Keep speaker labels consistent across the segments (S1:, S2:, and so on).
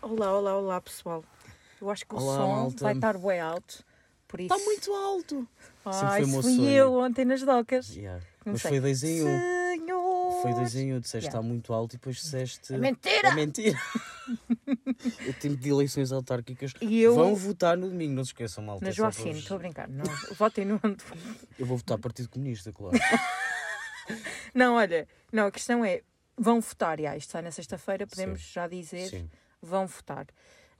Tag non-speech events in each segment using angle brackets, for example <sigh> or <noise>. S1: Olá, olá, olá pessoal. Eu acho que o
S2: Olá,
S1: som
S2: malta.
S1: vai estar way alto. Por isso.
S2: Está Tá muito alto. Sempre
S1: Ai,
S2: foi o
S1: isso
S2: meu
S1: fui
S2: sonho.
S1: eu ontem nas docas.
S2: Yeah.
S1: Não
S2: Mas
S1: sei.
S2: foi dois em um.
S1: Senhor!
S2: Foi dois em um. Disseste
S1: Yeah.
S2: está muito alto e depois disseste.
S1: É mentira!
S2: É mentira! <laughs> o tempo de eleições autárquicas.
S1: E eu-
S2: Vão votar no domingo, não se esqueçam, malta.
S1: Na
S2: é só para
S1: Joafine,
S2: vos-
S1: estou a brincar. um Não, votem no António.
S2: Eu vou votar Partido Comunista,
S1: <laughs>
S2: claro.
S1: Não, olha, não, a questão é, vão votar, e, ah, isto sai na sexta-feira, podemos já dizer,
S2: Sim.
S1: vão votar.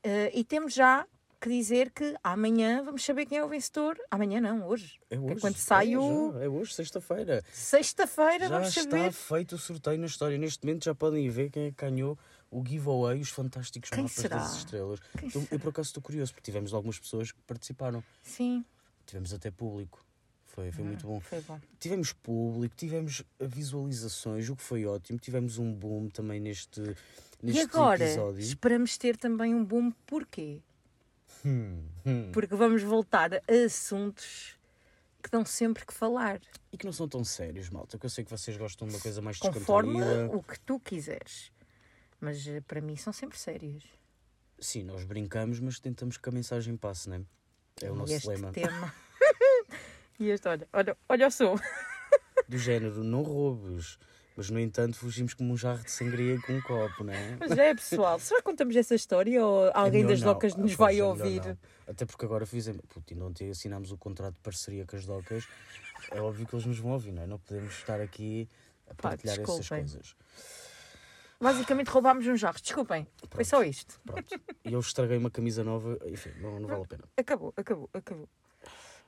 S1: Eh, e temos já que dizer que amanhã vamos saber quem é o vencedor. Amanhã não, hoje.
S2: É
S1: Porque
S2: hoje.
S1: quando sai o
S2: É, já, é hoje, sexta-feira.
S1: sexta-feira,
S2: Já
S1: vamos
S2: está
S1: saber.
S2: feito o sorteio na história. Neste momento já podem ir ver quem é que ganhou o giveaway, os fantásticos
S1: Quem
S2: mapas
S1: será?
S2: das estrelas. Então, eu por acaso estou curioso, porque tivemos algumas pessoas que participaram.
S1: Sim,
S2: Tivemos até público. Foi,
S1: Hum.
S2: foi muito bom.
S1: foi bom.
S2: Tivemos público, tivemos visualizações, o que foi ótimo. Tivemos um boom também neste,
S1: e
S2: neste
S1: agora,
S2: episódio.
S1: esperamos ter também um boom porquê?
S2: Hum,
S1: Porque vamos voltar a assuntos que dão sempre que falar.
S2: E que não são tão sérios, malta, que eu sei que vocês gostam de uma coisa mais
S1: Conforme
S2: descontraída.
S1: o que tu quiseres. Mas eh, para mim são sempre sérios.
S2: Sim, nós brincamos, mas tentamos que a mensagem passe, não é? É o
S1: E
S2: nosso
S1: este
S2: lema.
S1: tema. <laughs> e este, olha, olha, olha o som.
S2: Do género, não roubes, mas no entanto fugimos como um jarro de sangria com um copo, não é?
S1: Mas <laughs> já é pessoal, será que contamos essa história ou alguém
S2: É melhor
S1: das
S2: não,
S1: docas nos
S2: acho
S1: vai
S2: que é melhor
S1: ouvir?
S2: não. Até porque agora fizemos. Puto, ainda ontem assinámos o contrato de parceria com as docas. É óbvio que eles nos vão ouvir, não é? Não podemos estar aqui a
S1: Pá,
S2: partilhar essas
S1: desculpem.
S2: coisas.
S1: Basicamente roubámos um jarro, desculpem, foi só isto.
S2: Pronto. E eu estraguei uma camisa nova, enfim, não, não vale a pena.
S1: Acabou, acabou, acabou.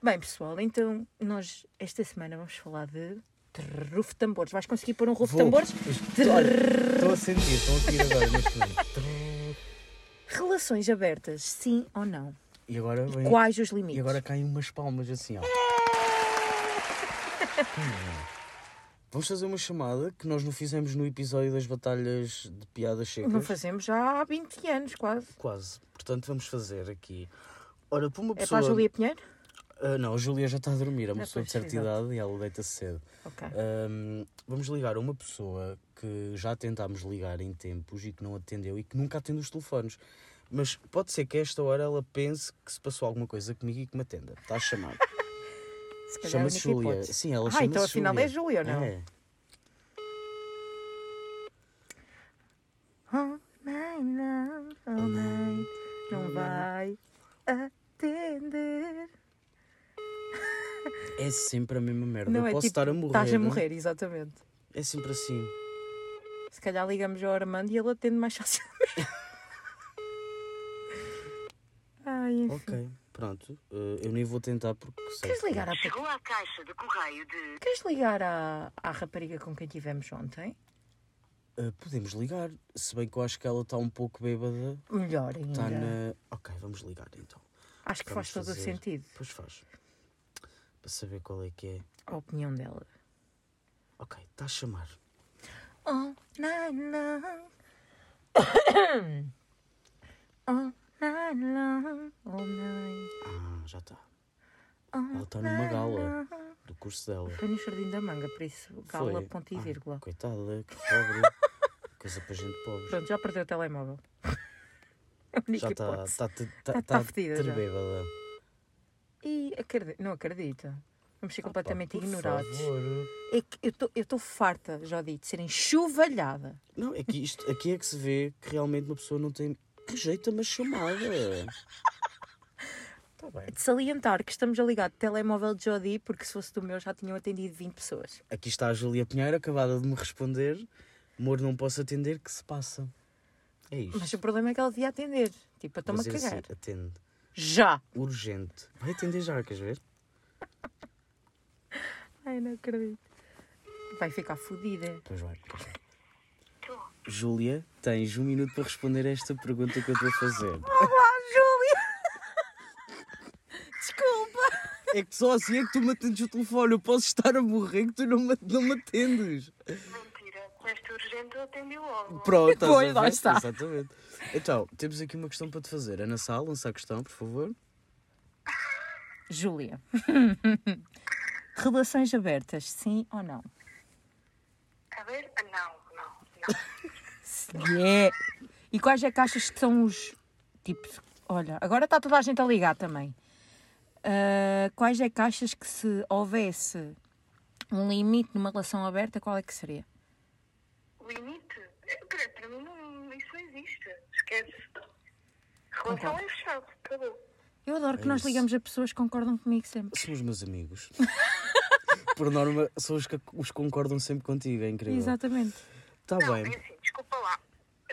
S1: Bem, pessoal, então nós esta semana vamos falar de rufo de tambores. Vais conseguir pôr um rufo de
S2: Vou-
S1: tambores?
S2: Olha, Estou a sentir, estou a sentir agora neste momento.
S1: Relações abertas, sim ou não?
S2: E agora vem.
S1: Quais os
S2: E
S1: limites?
S2: agora é caem umas palmas assim, ó.
S1: É.
S2: Hum. Vamos fazer uma chamada que nós não fizemos no episódio das batalhas de piadas secas.
S1: Não fazemos já há 20 anos quase.
S2: Quase. Portanto, vamos fazer aqui. Ora, para uma
S1: É
S2: pessoa.
S1: para a Julia Pinheiro?
S2: Ah, não, a Júlia já está a dormir, é uma
S1: É,
S2: pessoa de
S1: pois,
S2: certa
S1: exato.
S2: idade e ela deita-se cedo.
S1: Ok.
S2: Ah, Ahm, vamos ligar a uma pessoa que já tentámos ligar em tempos e que não atendeu e que nunca atende os telefones. Mas pode ser que a esta hora ela pense que se passou alguma coisa comigo e que me atenda. Está
S1: <laughs>
S2: a chamar.
S1: Se calhar é a
S2: Chama-se
S1: única
S2: Júlia.
S1: hipótese.
S2: Sim, ela
S1: Ah,
S2: chama-se
S1: então afinal
S2: Júlia.
S1: é Júlia, não?
S2: É.
S1: Oh, mãe, não, oh, mãe,
S2: é,
S1: não vai atender.
S2: É sempre a mesma merda.
S1: não
S2: Eu
S1: é
S2: posso
S1: tipo,
S2: estar a morrer.
S1: Estás a
S2: não é?
S1: morrer, exatamente.
S2: É sempre assim.
S1: Se calhar ligamos ao Armando e ele atende mais <laughs> facilmente. Ai, enfim.
S2: Ok, pronto. Ah, eu nem vou tentar porque sei.
S1: Uhum. Queres
S2: que-
S1: ligar, à...
S3: Chegou à caixa de correio de
S1: Queres ligar à... à rapariga com quem tivemos ontem?
S2: Ah, podemos ligar. Se bem que eu acho que ela está um pouco bêbada.
S1: Melhor ainda.
S2: Está Tá na. Ok, vamos ligar então.
S1: Acho que
S2: Vamos
S1: faz todo o
S2: fazer.
S1: sentido
S2: Pois faz. Para saber qual é que é.
S1: a opinião dela.
S2: Ok, está a chamar.
S1: Oh, não, não. <coughs> oh, não, não. Oh, não.
S2: Ah, já está.
S1: Oh,
S2: Ela está numa gala do curso dela.
S1: Foi no Jardim da Manga, por isso gala,
S2: Foi.
S1: ponto e
S2: Ah,
S1: vírgula.
S2: coitada, que pobre.
S1: <laughs>
S2: Coisa para gente pobre.
S1: Pronto, já perdeu o telemóvel. <laughs> A única
S2: Já está.
S1: hipótese.
S2: Está tá,
S1: Tá-
S2: tá,
S1: tá
S2: tá
S1: fedida, já.
S2: terbêbada.
S1: E acredi- não acredito. Vamos ser completamente
S2: Ah, Pá, por
S1: ignorados.
S2: favor.
S1: É que eu tô- eu estou farta, já dito, de ser enxovalhada.
S2: Não, é que isto, aqui é que se vê que realmente uma pessoa não tem. Rejeita
S1: <laughs>
S2: uma chamada. Está Tá bem.
S1: De salientar que estamos a ligar de telemóvel de Jodi, porque se fosse do meu já tinham atendido 20 pessoas.
S2: Aqui está a Júlia Pinheiro, acabada de me responder. Amor, não posso atender, que se passa? É isto.
S1: Mas o problema é que ela devia atender. Tipo, eu estou-me a
S2: Vou dizer
S1: cagar.
S2: assim, atende.
S1: Já!
S2: Urgente. Vai atender já, queres ver?
S1: Ai, não acredito. Vai ficar fodida.
S2: Pois vai. pois vai. Júlia, tens um minuto para responder a esta pergunta que eu estou a fazer.
S1: Olá, Júlia! <laughs> Desculpa!
S2: É que só assim é que tu me atendes o telefone. Eu posso estar a morrer que tu não me, não me atendes.
S3: mentira. Neste urgente eu atendi logo.
S2: Pronto, estás a
S1: Pois, lá
S2: ver?
S1: está.
S2: Exatamente. Então, temos aqui uma questão para te fazer. Ana Sá, lança a questão, por favor.
S1: Júlia. <laughs> Relações abertas, sim ou não?
S3: A ver? Ah, Não, não, não.
S1: Yeah. E quais é que é achas que são os Tipo, se- olha, agora está toda a gente a ligar também. Ah, quais é que achas que se houvesse um limite numa relação aberta, qual é que seria?
S3: Limite? Eh, Para, para mim, não, isso não existe. Esquece. Relação é fechado. Acabou.
S1: Eu adoro que
S2: É
S1: nós
S2: isso.
S1: ligamos a pessoas que concordam comigo sempre.
S2: São os
S1: <laughs>
S2: meus amigos. Por norma, são os que os que concordam sempre contigo, é incrível.
S1: Exatamente.
S2: Está
S3: não,
S2: bem.
S3: é assim, desculpa lá.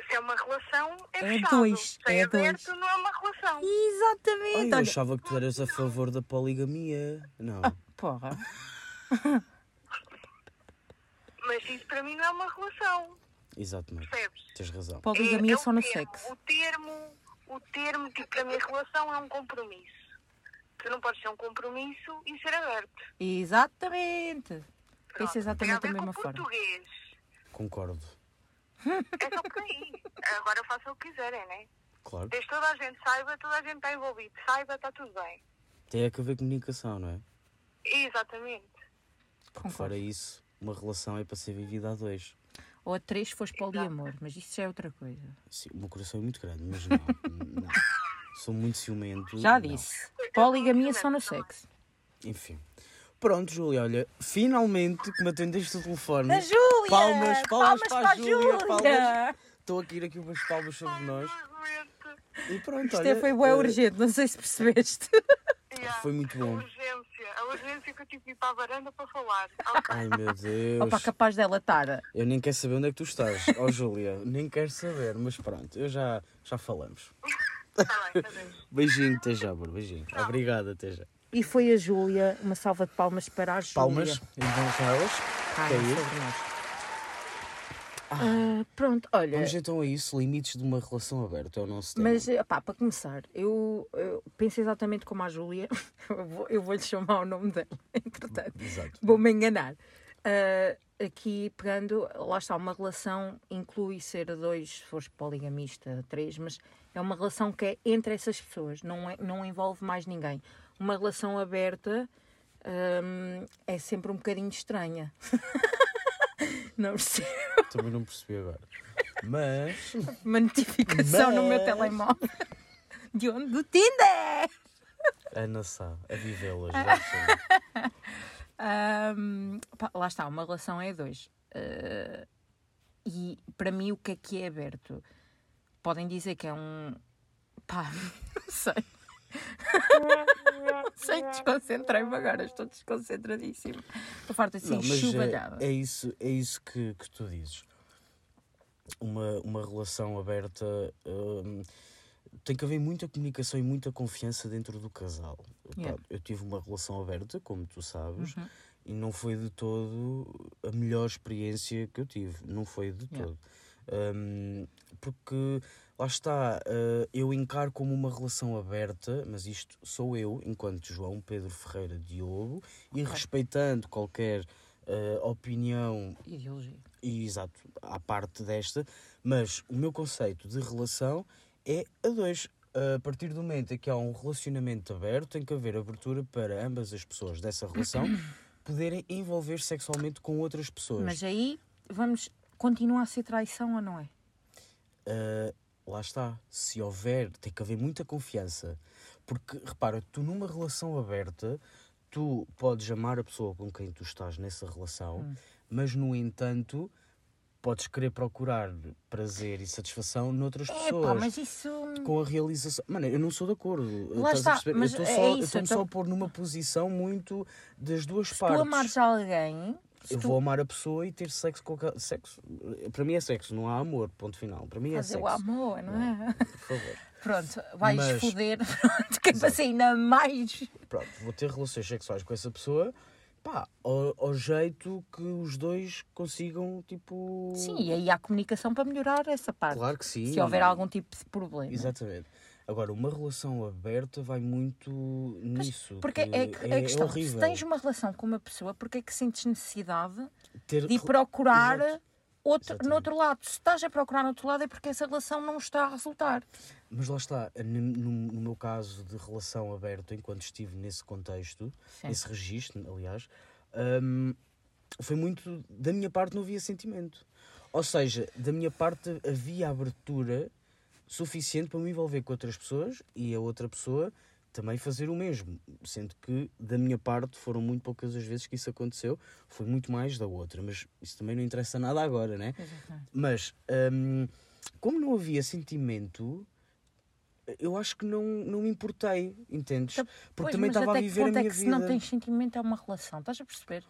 S3: Se é uma relação, é,
S1: É
S3: fechado.
S1: dois,
S3: Se é,
S1: é dois.
S3: aberto, não é uma relação.
S2: Ai,
S1: Exatamente.
S2: eu
S1: Olha,
S2: achava que tu eras a favor da poligamia. Não.
S1: Ah. porra.
S3: Mas isso para mim não é uma relação.
S2: Exato, mano.
S3: Percebes? É,
S2: Tens razão.
S1: Poligamia
S3: o
S1: só no
S3: termo,
S1: sexo.
S3: O termo, o termo que para mim relação é um compromisso. Tu não podes ter um compromisso e ser aberto.
S1: Exatamente. Pensa
S3: Tem a
S1: é exatamente da
S3: ver com
S1: mesma
S3: o
S1: forma.
S3: português.
S2: Concordo.
S3: É só por aí. Agora façam o que quiserem, né?
S2: Claro.
S3: Desde que toda a gente saiba, toda a gente está envolvido. Saiba, está tudo bem.
S2: Tem a que haver comunicação, não é?
S3: Exatamente.
S2: Fora
S1: Concordo.
S2: isso, uma relação é para ser vivida a dois.
S1: Ou a três se fores poliamor, mas isso já é outra coisa.
S2: Sim, o meu coração é muito grande,
S1: <laughs>
S2: mas não. não. Sou muito ciumento.
S1: Já
S2: não.
S1: disse. Poligamia só no sexo.
S2: Enfim. Pronto, Júlia, olha, finalmente que me atendeste o telefone.
S3: então,
S1: A Júlia!
S2: Palmas, palmas,
S1: Palmas
S2: para a
S1: para a
S2: Júlia!
S1: Júlia!
S2: Palmas! Estou a cair aqui umas palmas sobre nós.
S3: Aguento.
S2: E pronto,
S1: Isto
S2: olha.
S1: é- foi bué
S2: eh,
S1: urgente, não sei se percebeste.
S3: Yeah.
S2: Foi muito bom.
S3: A urgência. A urgência que eu tive que ir para a varanda para falar. Ok.
S2: Ai meu Deus.
S1: Opa, capaz dela estar.
S2: Eu nem quero saber onde é que tu estás, ó Júlia. Nem quero saber, mas pronto, eu já, já falamos.
S3: Está tá bem, está bem.
S2: Beijinho, até já, amor. Beijinho. Obrigada, até já.
S1: E foi a Júlia, uma salva de palmas para a Júlia.
S2: Palmas, então com elas.
S1: Caem
S2: Caiu.
S1: sobre nós. Ah, pronto, olha.
S2: Vamos então a isso, limites de uma relação aberta, é o nosso tema.
S1: Mas, eh, pá, para começar, eu, eu penso exatamente como a Júlia. <laughs> Eu vou- Eu vou-lhe chamar o nome dela, <laughs> entretanto.
S2: Exato.
S1: Vou-me enganar. Ah, aqui, pegando, lá está, uma relação inclui ser a dois, se fores poligamista, a três, mas é uma relação que é entre essas pessoas, não, é- não envolve mais ninguém. Uma relação aberta hum, é sempre um bocadinho estranha. <laughs> não percebo.
S2: Também não percebi agora. Mas,
S1: Uma notificação no meu
S2: Mas-
S1: telemóvel. <laughs> De onde? Do Tinder!
S2: Ana Sá, a vivê-las,
S1: <laughs>
S2: já percebi.
S1: Ahm, pá, lá está, uma relação é dois. Ah, e para mim, o que é que é aberto? Podem dizer que é um. pá, <laughs> não sei. Não sei, desconcentrei-me agora, estou desconcentradíssima. Estou farta assim,
S2: Não, mas
S1: chuvalhada.
S2: é, é isso, é isso que, que tu dizes. Uma, uma relação aberta hum, tem que haver muita comunicação e muita confiança dentro do casal.
S1: Yeah. Uhum.
S2: Pá, eu tive uma relação aberta, como tu sabes, e não foi de todo a melhor experiência que eu tive. Não foi de
S1: Yeah.
S2: todo. Hum, porque lá está, eh, eu encaro como uma relação aberta, mas isto sou eu, enquanto João Pedro Ferreira Diogo, e respeitando qualquer eh, opinião
S1: Ideologia.
S2: e exato, à parte desta, mas o meu conceito de relação é a dois. A partir do momento em que há um relacionamento aberto, tem que haver abertura para ambas as pessoas dessa
S1: <coughs>
S2: relação poderem envolver sexualmente com outras pessoas.
S1: Mas aí, vamos. continua a ser traição ou não é?
S2: Ah, lá está, se houver, tem que haver muita confiança. Porque, repara, tu numa relação aberta, tu podes amar a pessoa com quem tu estás nessa relação,
S1: Hum.
S2: mas no entanto, podes querer procurar prazer e satisfação noutras
S1: É
S2: pessoas.
S1: pá, mas isso.
S2: Com a realização. Mano, eu não sou de acordo.
S1: Lá
S2: estás
S1: está,
S2: a perceber?
S1: mas
S2: eu
S1: é
S2: estou só,
S1: isso,
S2: eu estou-me
S1: então-
S2: só a pôr numa posição muito das duas
S1: Se
S2: partes.
S1: tu amares alguém. se
S2: Eu
S1: tu
S2: vou amar a pessoa e ter sexo com aquela. Sexo. Para mim é sexo, não há amor. Ponto final. Para mim é
S1: fazer
S2: sexo.
S1: o amor, não é?
S2: Por favor.
S1: Pronto, vais
S2: Mas-
S1: foder. <laughs> Pronto, que é para ser ainda mais.
S2: Pronto, vou ter relações sexuais com essa pessoa. Pá, ao, ao jeito que os dois consigam, tipo.
S1: Sim, e aí há comunicação para melhorar essa parte.
S2: Claro é? que sim.
S1: Se houver algum tipo de problema.
S2: Exatamente. Agora, uma relação aberta vai muito nisso.
S1: Porque
S2: que
S1: é, que- é a questão, se
S2: horrível
S1: tens uma relação com uma pessoa, porque é que sentes necessidade
S2: ter
S1: de ir
S2: re-
S1: procurar
S2: Exato.
S1: outro,
S2: Exatamente.
S1: no outro lado? Se estás a procurar no outro lado é porque essa relação não está a resultar.
S2: Mas lá está, no, no- no meu caso de relação aberta, enquanto estive nesse contexto,
S1: Sim.
S2: nesse registro, aliás, hum, foi muito. Da minha parte, não havia sentimento. Ou seja, da minha parte, havia abertura, suficiente para me envolver com outras pessoas e a outra pessoa também fazer o mesmo. Sendo que, da minha parte, foram muito poucas as vezes que isso aconteceu, foi muito mais da outra, mas isso também não interessa nada agora, né?
S1: Exatamente.
S2: Mas, hum, como não havia sentimento, eu acho que não, não me importei, entendes?
S1: Tá-
S2: Porque
S1: Pois,
S2: também
S1: mas
S2: estava a
S1: até que
S2: viver a
S1: ponto
S2: minha
S1: é que se
S2: vida.
S1: não tens sentimento é uma relação, estás a perceber?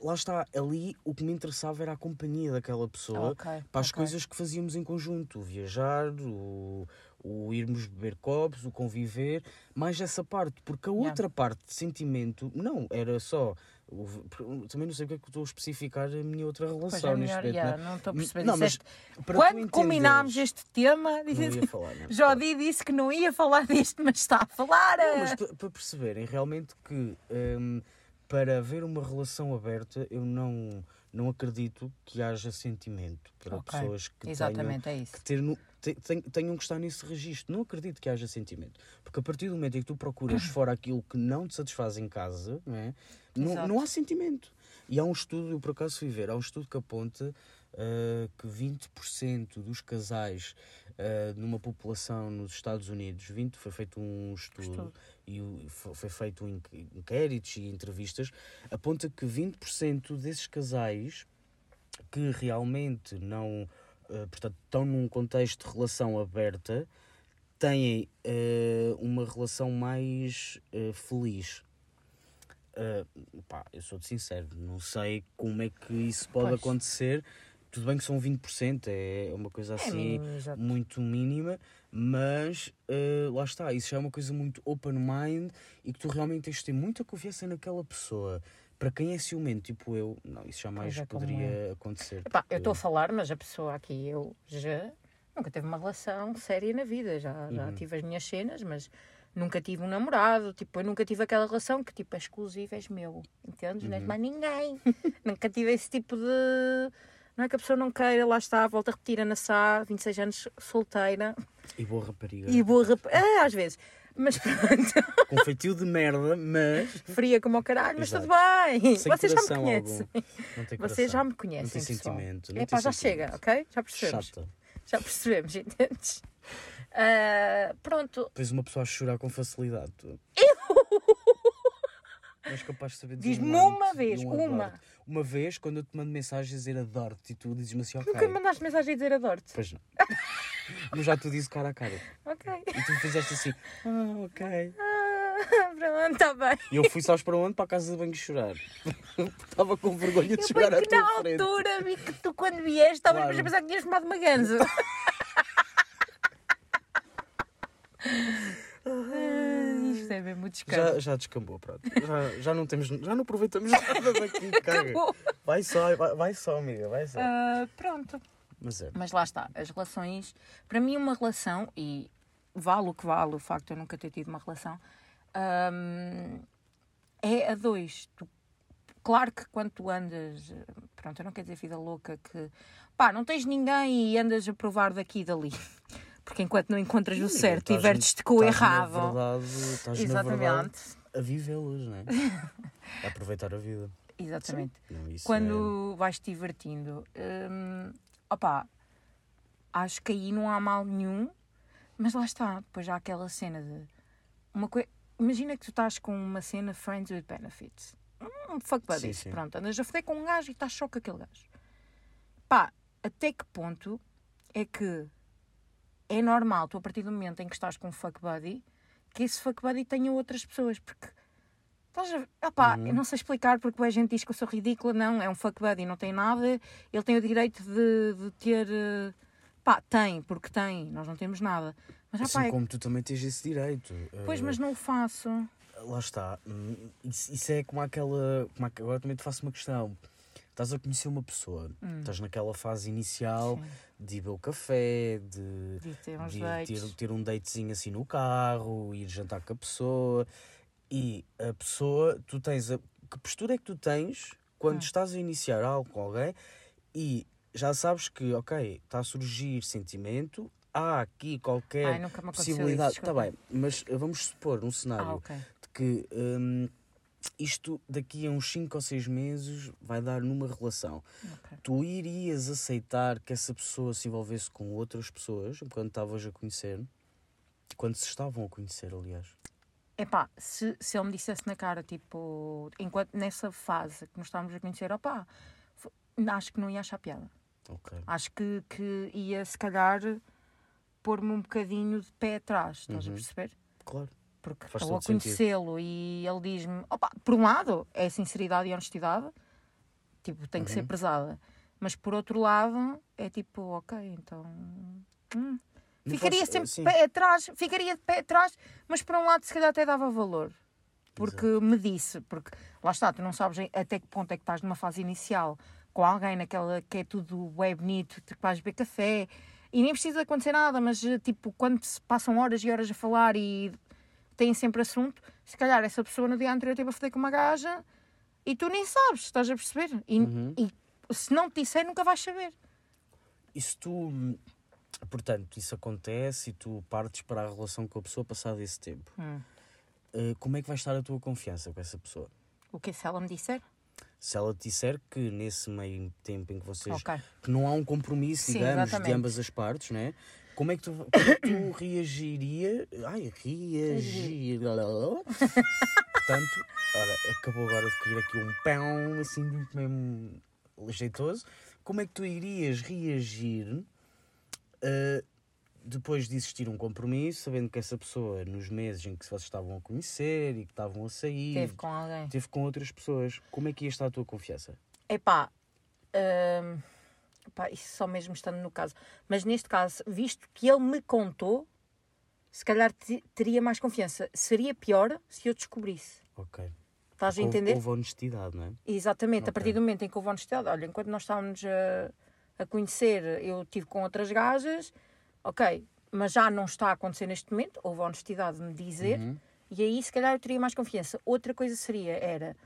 S2: Lá está, ali o que me interessava era a companhia daquela pessoa
S1: ok,
S2: para as
S1: ok.
S2: coisas que fazíamos em conjunto, o viajar, o, o irmos beber copos, o conviver, mais essa parte, porque a
S1: Yeah.
S2: outra parte de sentimento, não, era só. o- também não sei porque é que estou a especificar a minha outra
S1: Pois
S2: relação
S1: é
S2: neste
S1: melhor,
S2: momento.
S1: yeah,
S2: né?
S1: não estou a perceber.
S2: Não, mas
S1: Disseste,
S2: para tu
S1: quando combinámos
S2: entenderes-
S1: este tema, <laughs>
S2: Não ia falar, né? não.
S1: Jodi disse que não ia falar disto, mas está a falar.
S2: Não, mas
S1: eh.
S2: pa- para perceberem realmente que hum, para haver uma relação aberta, eu não, não acredito que haja sentimento para
S1: Ok,
S2: pessoas que tenham,
S1: Exatamente, é
S2: que
S1: isso.
S2: ter no- te- ten- tenham que estar nesse registro. Não acredito que haja sentimento. Porque a partir do momento em que tu
S1: <clears throat>
S2: procuras fora aquilo que não te satisfaz em casa, não, é? não,
S1: Exato.
S2: não há sentimento. E há um estudo, eu por acaso fui ver, há um estudo que aponta ah, que 20% dos casais ah, numa população nos Estados Unidos, 20, foi feito um estudo,
S1: Estudo.
S2: e o- fo- foi feito um inqu- inquéritos e entrevistas, aponta que 20% desses casais que realmente não, eh, portanto, estão num contexto de relação aberta, têm eh, uma relação mais eh, feliz. Eh, pá, eu sou-te sincero, não sei como é que isso pode
S1: Pois.
S2: acontecer. Tudo bem que são 20%, é uma coisa
S1: É
S2: assim
S1: mínimo, exato.
S2: muito mínima, mas eh, lá está, isso já é uma coisa muito open mind e que tu realmente tens de ter muita confiança naquela pessoa. Para quem é ciumento, tipo eu, não, isso jamais
S1: Pois é, como
S2: poderia acontecer. tipo,
S1: Epá, eu
S2: porque-
S1: estou a falar, mas a pessoa aqui, eu já nunca teve uma relação séria na vida. Já, já tive as minhas cenas, mas nunca tive um namorado. Tipo, eu nunca tive aquela relação que tipo, é exclusiva, és meu. Entendes? Não és mais ninguém. <laughs> nunca tive esse tipo de. Não é que a pessoa não queira, lá está, volta a repetir a Nassá, 26 anos solteira
S2: E boa rapariga.
S1: e boa rap... ah, às vezes. Mas <laughs> pronto,
S2: Com feitio de merda, mas.
S1: fria como o caralho, mas
S2: Exato.
S1: tudo bem.
S2: Sem
S1: Vocês já me
S2: coração
S1: conhecem.
S2: algum. Não tem
S1: Vocês já
S2: coração.
S1: me conhecem.
S2: Não tem
S1: pessoal.
S2: É sentimento. não
S1: É
S2: tem
S1: pá, já
S2: sentimento.
S1: chega, ok? Já percebemos.
S2: Chata.
S1: Já percebemos, <laughs> entendes? Ah, pronto,
S2: Depois uma pessoa a chorar com facilidade. Tu. Não és capaz de saber dizer
S1: Diz-me
S2: um
S1: uma
S2: amo-te e
S1: vez,
S2: um
S1: uma.
S2: adoro-te. Uma vez, quando eu te mando mensagem a dizer adoro-te e tu dizes-me assim, ok.
S1: nunca me mandaste mensagem a dizer adoro-te.
S2: Pois não. <laughs> Mas já tu disse cara a cara.
S1: Ok.
S2: E tu fizeste assim, ah, ok.
S1: Ah, <laughs> pronto, está bem.
S2: E eu fui, sabes para onde? Para a casa de banho chorar. <laughs> Estava com vergonha de
S1: Eu
S2: chorar à
S1: bem que na
S2: tua frente.
S1: altura vi que tu, quando vieste, estavas
S2: Claro.
S1: mesmo a pensar que tinhas tomado uma
S2: <laughs>
S1: ganso. Ah, Isto é mesmo descanso.
S2: Já, já descambou, pronto. Já, já não temos, já não aproveitamos nada
S1: <laughs>
S2: daqui, caga.
S1: Acabou.
S2: Vai só, vai, vai só, amiga, vai só.
S1: Ah, pronto.
S2: Mas é.
S1: Mas lá está, as relações. Para mim, uma relação, e vale o que vale o facto de eu nunca ter tido uma relação, hum, é a dois. Tu- claro que quando tu andas, pronto, eu não quero dizer vida louca, que pá, não tens ninguém e andas a provar daqui e dali. <laughs> Porque enquanto não encontras o certo e
S2: Estás-
S1: verdes-te com o
S2: estás
S1: errado.
S2: Na verdade, estás
S1: Exatamente.
S2: na verdade a vivê-los,
S1: <laughs>
S2: não é? A aproveitar a vida.
S1: Exatamente.
S2: Não, isso é.
S1: quando vais te divertindo. opa, acho que aí não há mal nenhum, mas lá está, depois há aquela cena de uma coisa. Imagina que tu estás com uma cena Friends with Benefits. Um fuck
S2: Sim,
S1: buddies.
S2: sim.
S1: Pronto, andas a foder com um gajo e estás só com aquele gajo. Pá, até que ponto é que é normal tu, a partir do momento em que estás com um fuck buddy, que esse fuck buddy tenha outras pessoas, porque Estás a... Opá,
S2: Uhum.
S1: Eu não sei explicar porque a gente diz que eu sou ridícula. Não, é um fuck buddy, não tem nada. Ele tem o direito de, de ter... eh, Pá, tem, porque tem. Nós não temos nada. Mas,
S2: É,
S1: opá,
S2: assim
S1: é...
S2: como tu também tens esse direito.
S1: pois,
S2: Eh,
S1: mas não o faço.
S2: Lá está. Hum, Isso, isso é como aquela. Como aqu- agora também te faço uma questão. Estás a conhecer uma pessoa, estás naquela fase inicial
S1: Hum. Sim.
S2: de ir beber o café, de,
S1: De ter uns
S2: de
S1: dates.
S2: ter, ter um datezinho assim no carro, ir jantar com a pessoa. E a pessoa, tu tens. A, que postura é que tu tens
S1: Ah.
S2: quando estás a iniciar algo com alguém e já sabes que, ok, está a surgir sentimento, há aqui qualquer Tá
S1: Ai, nunca me aconteceu isso, Ah,
S2: possibilidade. Está
S1: desculpa.
S2: bem, mas eh, vamos supor um cenário
S1: Ah, ok.
S2: de que hum, isto daqui a uns 5 ou 6 meses vai dar numa relação.
S1: Ok.
S2: Tu irias aceitar que essa pessoa se envolvesse com outras pessoas quando estavas a conhecer? Quando se estavam a conhecer, aliás.
S1: Epá, se, se ele me dissesse na cara, tipo, enquanto nessa fase que nos estávamos a conhecer, opá, f- acho que não ia achar piada.
S2: Ok.
S1: Acho que, que ia, se calhar, pôr-me um bocadinho de pé atrás, estás a perceber?
S2: Claro.
S1: Porque
S2: Uhum. Faz
S1: estou a
S2: todo sentido.
S1: conhecê-lo e ele diz-me, opá, por um lado, é sinceridade e honestidade, tipo, tem que
S2: Uhum.
S1: ser prezada. Mas por outro lado, é tipo, ok, então. hum,
S2: Não
S1: Ficaria
S2: posso-
S1: sempre
S2: sim.
S1: de pé atrás, ficaria de pé atrás, mas por um lado, se calhar até dava valor. Porque me disse, porque lá está, tu não sabes em- até que ponto é que estás numa fase inicial com alguém naquela que é tudo é bonito, tu vais beber café e nem precisa acontecer nada, mas eh, tipo, quando se passam horas e horas a falar e têm sempre assunto, se calhar essa pessoa no dia anterior teve a foder com uma gaja e tu nem sabes, estás a perceber? E, e se não te disser, nunca vais saber.
S2: E se tu. Portanto, isso acontece e tu partes para a relação com a pessoa passado esse tempo.
S1: Hum.
S2: Eh, como é que vai estar a tua confiança com essa pessoa?
S1: O que é se ela me disser?
S2: Se ela te disser que nesse meio tempo em que vocês.
S1: Ok.
S2: que não há um compromisso,
S1: Sim,
S2: digamos, de
S1: exatamente.
S2: ambas as partes, né? Como é que tu, como é que tu <coughs> reagiria? Ai, reagir. Portanto, ora, acabou agora de cair aqui um pão, assim, muito mesmo jeitoso. Como é que tu irias reagir ah, depois de existir um compromisso, sabendo que essa pessoa, nos meses em que vocês estavam a conhecer e que estavam a sair,
S1: Teve com alguém.
S2: teve com outras pessoas? Como é que ia estar a tua confiança?
S1: Epá, hum, epá, isso só mesmo estando no caso. Mas neste caso, visto que ele me contou, se calhar te- teria mais confiança. Seria pior se eu descobrisse.
S2: Ok.
S1: Estás a
S2: Houve-
S1: entender?
S2: Houve honestidade, não é?
S1: Exatamente, a partir
S2: Ok.
S1: do momento em que houve honestidade, olha, enquanto nós estávamos eh, a, a conhecer, eu estive com outras gajas, ok, mas já não está a acontecer neste momento, houve honestidade de me dizer,
S2: Uhum.
S1: e aí se calhar eu teria mais confiança. Outra coisa seria, era,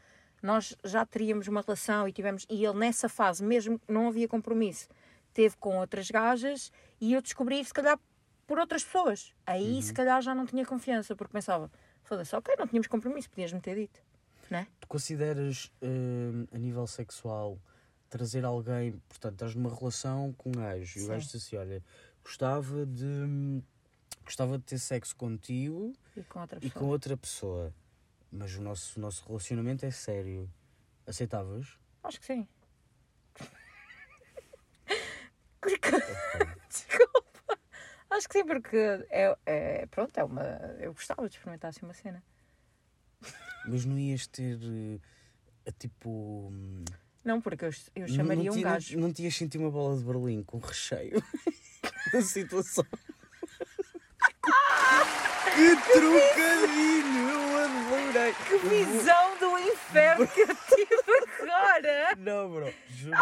S1: nós já teríamos uma relação e tivemos, e ele nessa fase mesmo que não havia compromisso, teve com outras gajas e eu descobri se calhar por outras pessoas. Aí
S2: Uhum.
S1: se calhar já não tinha confiança, porque pensava, foda-se, ok, não tínhamos compromisso, podias-me ter dito, não é?
S2: Tu consideras hum, a nível sexual trazer alguém, portanto, estás numa relação com um gajo e o
S1: Sim.
S2: gajo diz assim: olha, gostava de gostava de ter sexo contigo
S1: E com outra
S2: e
S1: pessoa.
S2: com outra pessoa, mas o nosso, o nosso relacionamento é sério. Aceitavas?
S1: Acho que
S2: <laughs>
S1: sim. Desculpa. Acho que sim, porque é, é- pronto, é uma. Eu gostava de experimentar assim uma cena.
S2: Mas não ias ter eh, a, tipo. hum,
S1: Não, porque eu, eu
S2: não-
S1: chamaria
S2: não,
S1: um
S2: te- não- <laughs>
S1: gajo.
S2: Não, te ias sentir uma bola de Berlim com recheio <laughs> da situação.
S1: Ah!
S2: que trocadilho! Eu adorei! Que
S1: Visão do inferno que eu tive agora!
S2: Não, bro, juro.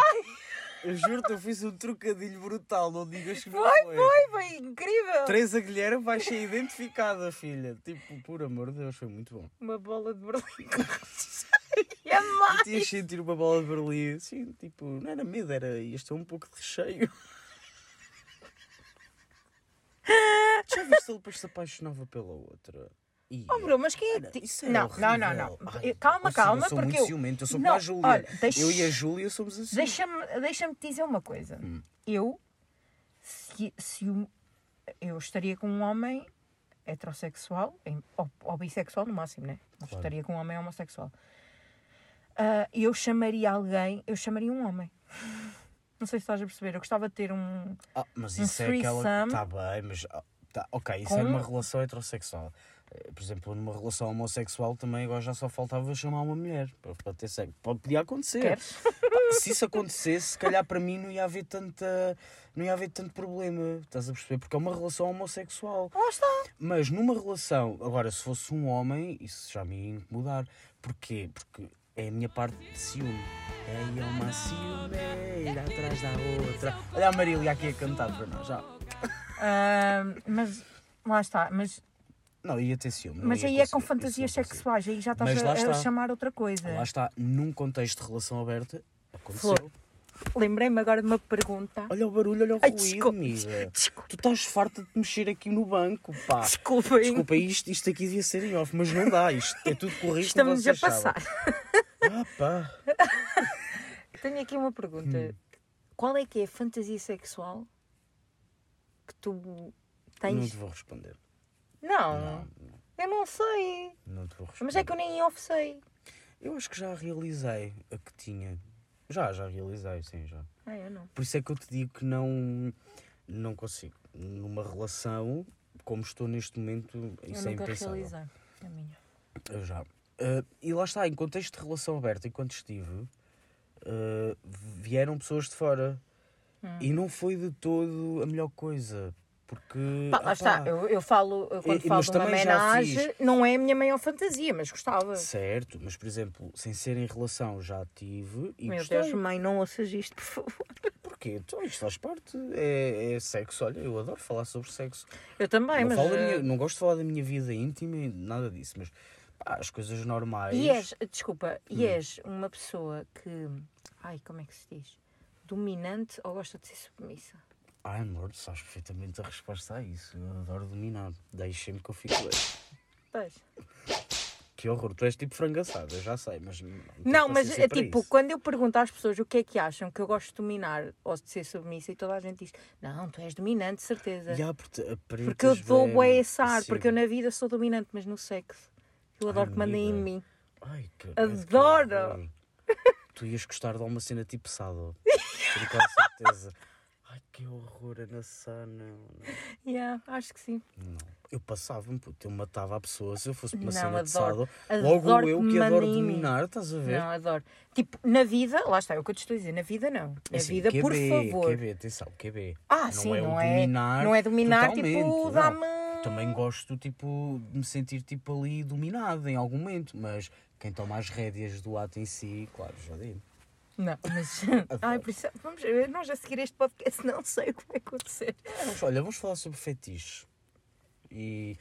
S2: Eu juro-te, eu fiz um trocadilho brutal, não digas que não
S1: Foi,
S2: foi.
S1: foi, foi incrível!
S2: Teresa Guilherme vai ser identificada, filha. Tipo, por amor de Deus, foi muito bom.
S1: Uma bola de berlim <laughs> com recheio. E a mais!
S2: Tinhas sentir uma bola de Berlim, assim, tipo, não era medo, era este é um pouco
S1: <laughs>
S2: de recheio. Já viste ele depois se apaixonava pela outra? Ih,
S1: Oh, Bruno, mas quem é
S2: era-
S1: que. ti-
S2: isso era
S1: Não, não,
S2: horrível.
S1: não, não.
S2: Ai,
S1: Calma,
S2: ou seja,
S1: calma,
S2: eu sou
S1: porque.
S2: muito ciumento, eu sou como
S1: Não,
S2: a Júlia.
S1: olha, deixa-
S2: Eu e a Júlia somos assim.
S1: Deixa-me deixa te dizer uma coisa.
S2: Hum.
S1: Eu, se, se o- eu estaria com um homem heterossexual, em- ou, ou bissexual no máximo, né? Mas
S2: Claro.
S1: Estaria com um homem homossexual. Ah, eu chamaria alguém, eu chamaria um homem. <laughs> Não sei se estás a perceber. Eu gostava de ter um.
S2: Ah, mas
S1: Um
S2: isso é aquela.
S1: threesome.
S2: Está bem, mas. ah, tá, ok, isso
S1: Com-
S2: é numa relação heterossexual. Eh, Por exemplo, numa relação homossexual também agora já só faltava chamar uma mulher para, para ter sexo. Pode, podia acontecer.
S1: Queres?
S2: Pá, Se isso acontecesse, se calhar para mim não ia haver tanta. não ia haver tanto problema. Estás a perceber? Porque é uma relação homossexual.
S1: Lá está.
S2: Mas numa relação, agora se fosse um homem, isso já me ia incomodar. Porquê? Porque é a minha parte de ciúme. É uma ciumeira atrás da outra. Olha a Marília aqui a cantar para nós. Já.
S1: Ah, mas lá está. Mas,
S2: Não, ia ter ciúme. não
S1: mas
S2: ia
S1: aí é com
S2: conseguir, isso
S1: fantasias
S2: não consigo.
S1: sexuais, aí já estás
S2: Mas lá
S1: a, a
S2: está.
S1: chamar outra coisa.
S2: Lá está, num contexto de relação aberta, aconteceu.
S1: Flor, Lembrei-me agora de uma pergunta.
S2: Olha o barulho, olha o
S1: Ai,
S2: ruído,
S1: desculpa.
S2: amiga.
S1: Desculpa.
S2: Tu estás farta de mexer aqui no banco,
S1: <laughs>
S2: pá.
S1: Desculpem.
S2: Desculpa, isto, isto aqui devia ser em off, mas não dá. Isto é tudo corrido.
S1: Estamos a
S2: vocês
S1: passar.
S2: sabem. Ah, pá.
S1: <laughs> Tenho aqui uma pergunta.
S2: Hum.
S1: Qual é que é a fantasia sexual que tu
S2: Não
S1: tens?
S2: te vou responder.
S1: Não,
S2: Não,
S1: eu não sei.
S2: não te vou responder.
S1: Mas é que eu nem off sei.
S2: Eu acho que já realizei a que tinha. Já, já realizei, sim, já.
S1: Ah, eu não.
S2: Por isso é que eu te digo que não, não consigo. Numa relação, como estou neste momento, isso
S1: eu
S2: é
S1: nunca
S2: impensável.
S1: realizei a minha.
S2: Eu já. Ah, e lá está, em contexto de relação aberta, enquanto estive, ah, vieram pessoas de fora.
S1: Hum.
S2: E não foi de todo a melhor coisa. Porque.
S1: Pá, lá
S2: ah,
S1: está,
S2: pá,
S1: eu, eu falo, eu quando
S2: E-
S1: falo
S2: mas
S1: de uma
S2: também já
S1: homenagem, não é a minha maior fantasia, mas gostava.
S2: Certo, mas por exemplo, sem ser em relação, já tive e
S1: Meu
S2: gostei.
S1: Deus, mãe, não ouças isto, por favor.
S2: Porquê? Então, isto faz parte. É, é sexo. Olha, eu adoro falar sobre sexo.
S1: Eu também,
S2: não,
S1: mas.
S2: falo da
S1: eh,
S2: minha- não gosto de falar da minha vida íntima e nada disso, mas pá, as coisas normais.
S1: E és, desculpa,
S2: Hum.
S1: e és uma pessoa que. Ai, como é que se diz? Dominante ou gosta de ser submissa?
S2: Ai, amor, tu sabes perfeitamente a resposta a isso. Eu adoro dominar. Deixem-me que eu fico.
S1: Pois.
S2: Que horror, tu és tipo frangaçada, eu já sei, mas. Não, tenho
S1: Não, mas
S2: paciência
S1: é
S2: Então para
S1: tipo,
S2: isso.
S1: quando eu pergunto às pessoas o que é que acham que eu gosto de dominar ou de ser submissa, e toda a gente diz: Não, tu és dominante, de certeza.
S2: Já, porque,
S1: porque eu
S2: aprietas
S1: dou
S2: bem-
S1: bué esse ar,
S2: Sim.
S1: porque eu na vida sou dominante, mas no sexo. Eu adoro que mandem em
S2: amiga.
S1: mim.
S2: Ai, caralho, que
S1: Adoro!
S2: horror. tu ias gostar de alguma cena tipo
S1: <laughs>
S2: sado. Tenho quase certeza. Ai, que horror, Ana Sá, não, não.
S1: Yeah, acho que sim.
S2: Eu passava-me, puto, eu matava a pessoa se eu fosse para uma
S1: Não,
S2: cena de
S1: adoro.
S2: sado. Logo
S1: Adoro
S2: eu
S1: que
S2: que
S1: me
S2: adoro
S1: mandem em mim.
S2: dominar, estás a ver? É
S1: Não, adoro. Tipo, na vida, lá está, é o que eu te estou a dizer, na vida não. Na
S2: Assim,
S1: vida, por
S2: QB,
S1: favor.
S2: QB, atenção, QB.
S1: Ah, sim,
S2: o
S1: não é- não é dominar, tipo,
S2: totalmente,
S1: dá-me-
S2: não. Também gosto, tipo, de me sentir, tipo, ali dominado em algum momento, mas quem toma as rédeas do ato em si, claro, já digo.
S1: Não,
S2: <laughs>
S1: mas. Ai, por isso, vamos, nós a seguir este podcast não sei o que vai acontecer.
S2: Vamos- olha, vamos falar sobre fetiches. E.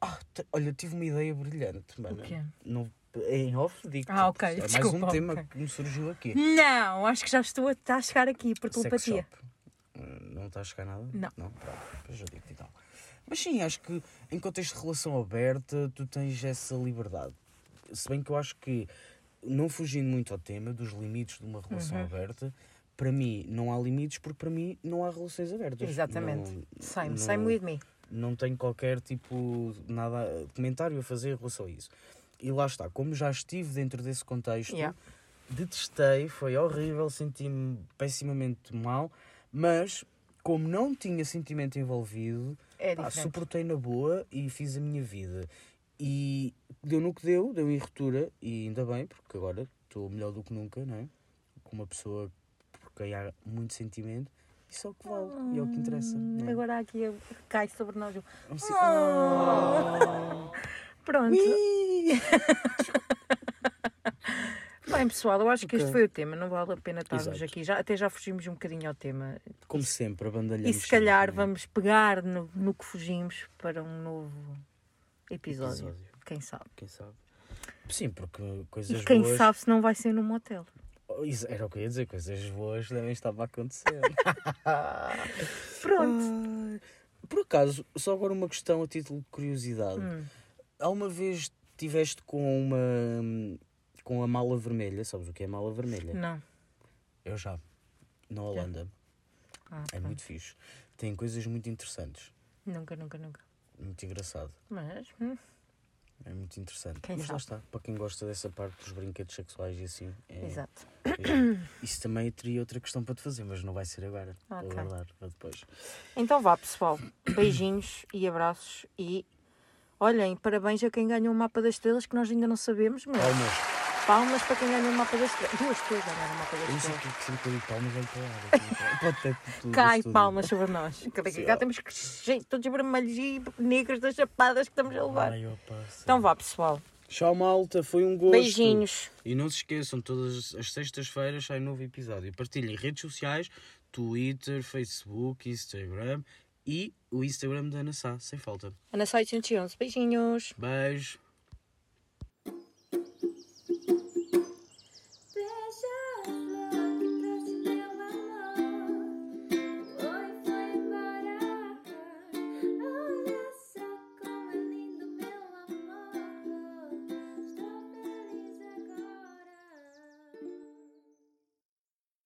S2: Ah, te- olha, tive uma ideia brilhante, mano.
S1: quê?
S2: Não, em off, digo.
S1: Ah, ok,
S2: É mais
S1: desculpa,
S2: um tema
S1: ok.
S2: que me surgiu aqui.
S1: Não, acho que já estou a, está a chegar aqui por
S2: Sex
S1: telepatia.
S2: shop. Hum, Não está a chegar nada?
S1: Não.
S2: pronto, depois eu digo então. Mas sim, acho que em contexto de relação aberta, tu tens essa liberdade. Se bem que eu acho que, não fugindo muito ao tema dos limites de uma relação
S1: Uhum.
S2: aberta, para mim não há limites porque para mim não há relações abertas.
S1: Exatamente.
S2: Não-
S1: same,
S2: não-
S1: same with me.
S2: não tenho qualquer tipo nada comentário a fazer em relação a isso. E lá está, como já estive dentro desse contexto,
S1: Yeah.
S2: detestei, foi horrível, senti-me pessimamente mal, mas como não tinha sentimento envolvido,
S1: É
S2: pá,
S1: diferente.
S2: suportei na boa e fiz a minha vida. E deu no que deu, deu em ruptura, e ainda bem, porque agora estou melhor do que nunca, não é? Com uma pessoa por quem há muito sentimento, isso é o que vale, e é o que interessa. não é?
S1: Hum, Agora aqui cai sobre nós. o-
S2: Vamos ser- Ah.
S1: Pronto. Bem, pessoal, eu acho que este
S2: Ok.
S1: foi o tema. Não vale a pena estarmos
S2: Exato.
S1: aqui. Já, até já fugimos um bocadinho ao tema.
S2: Como sempre, abandalhamos.
S1: E se calhar
S2: sempre, não
S1: vamos pegar no, no que fugimos para um novo
S2: é?
S1: episódio.
S2: Episódio,
S1: Quem sabe?
S2: Quem sabe? Sim, porque coisas
S1: E quem
S2: boas.
S1: sabe se não vai ser num motel.
S2: Oh, isso era o que eu ia dizer, coisas boas devem estar a acontecer.
S1: <laughs> Pronto.
S2: Ah, Por acaso, só agora uma questão a título de curiosidade.
S1: Hum.
S2: Alguma vez tiveste com uma. com a mala vermelha? Sabes o que é mala vermelha?
S1: Não.
S2: Eu já. Na Holanda.
S1: Ah,
S2: É muito fixe. Tem coisas muito interessantes.
S1: Nunca, nunca, nunca.
S2: Muito engraçado.
S1: Mas. hum,
S2: É muito interessante.
S1: Quem
S2: Mas lá
S1: sabe?
S2: está, para quem gosta dessa parte dos brinquedos sexuais e assim. é-
S1: Exato. <coughs>
S2: é- Isso também teria outra questão para te fazer, mas não vai ser agora. Vou
S1: Ok.
S2: guardar para depois.
S1: Então vá, pessoal. Beijinhos e abraços. E olhem, parabéns a quem ganhou o mapa das estrelas, que nós ainda não sabemos, mas
S2: Palmas!
S1: palmas para quem ganhou o mapa das estrelas. Duas pessoas ganharam o mapa das
S2: Eu não sei
S1: estrelas.
S2: porque sempre que eu digo palmas, olho para lá. Pode ter tudo.
S1: Cai
S2: tudo.
S1: palmas sobre nós. Que daqui a cá temos que che- todos vermelhos e negros das chapadas que estamos a levar.
S2: Ai, opa, sim.
S1: Então vá, pessoal.
S2: Tchau, malta. Foi um gosto.
S1: Beijinhos.
S2: E não se esqueçam, todas as sextas-feiras sai um novo episódio. Partilhem redes sociais, Twitter, Facebook, Instagram e o Instagram da Ana Sá, sem falta.
S1: Ana Sai 111. Beijinhos.
S2: Beijo.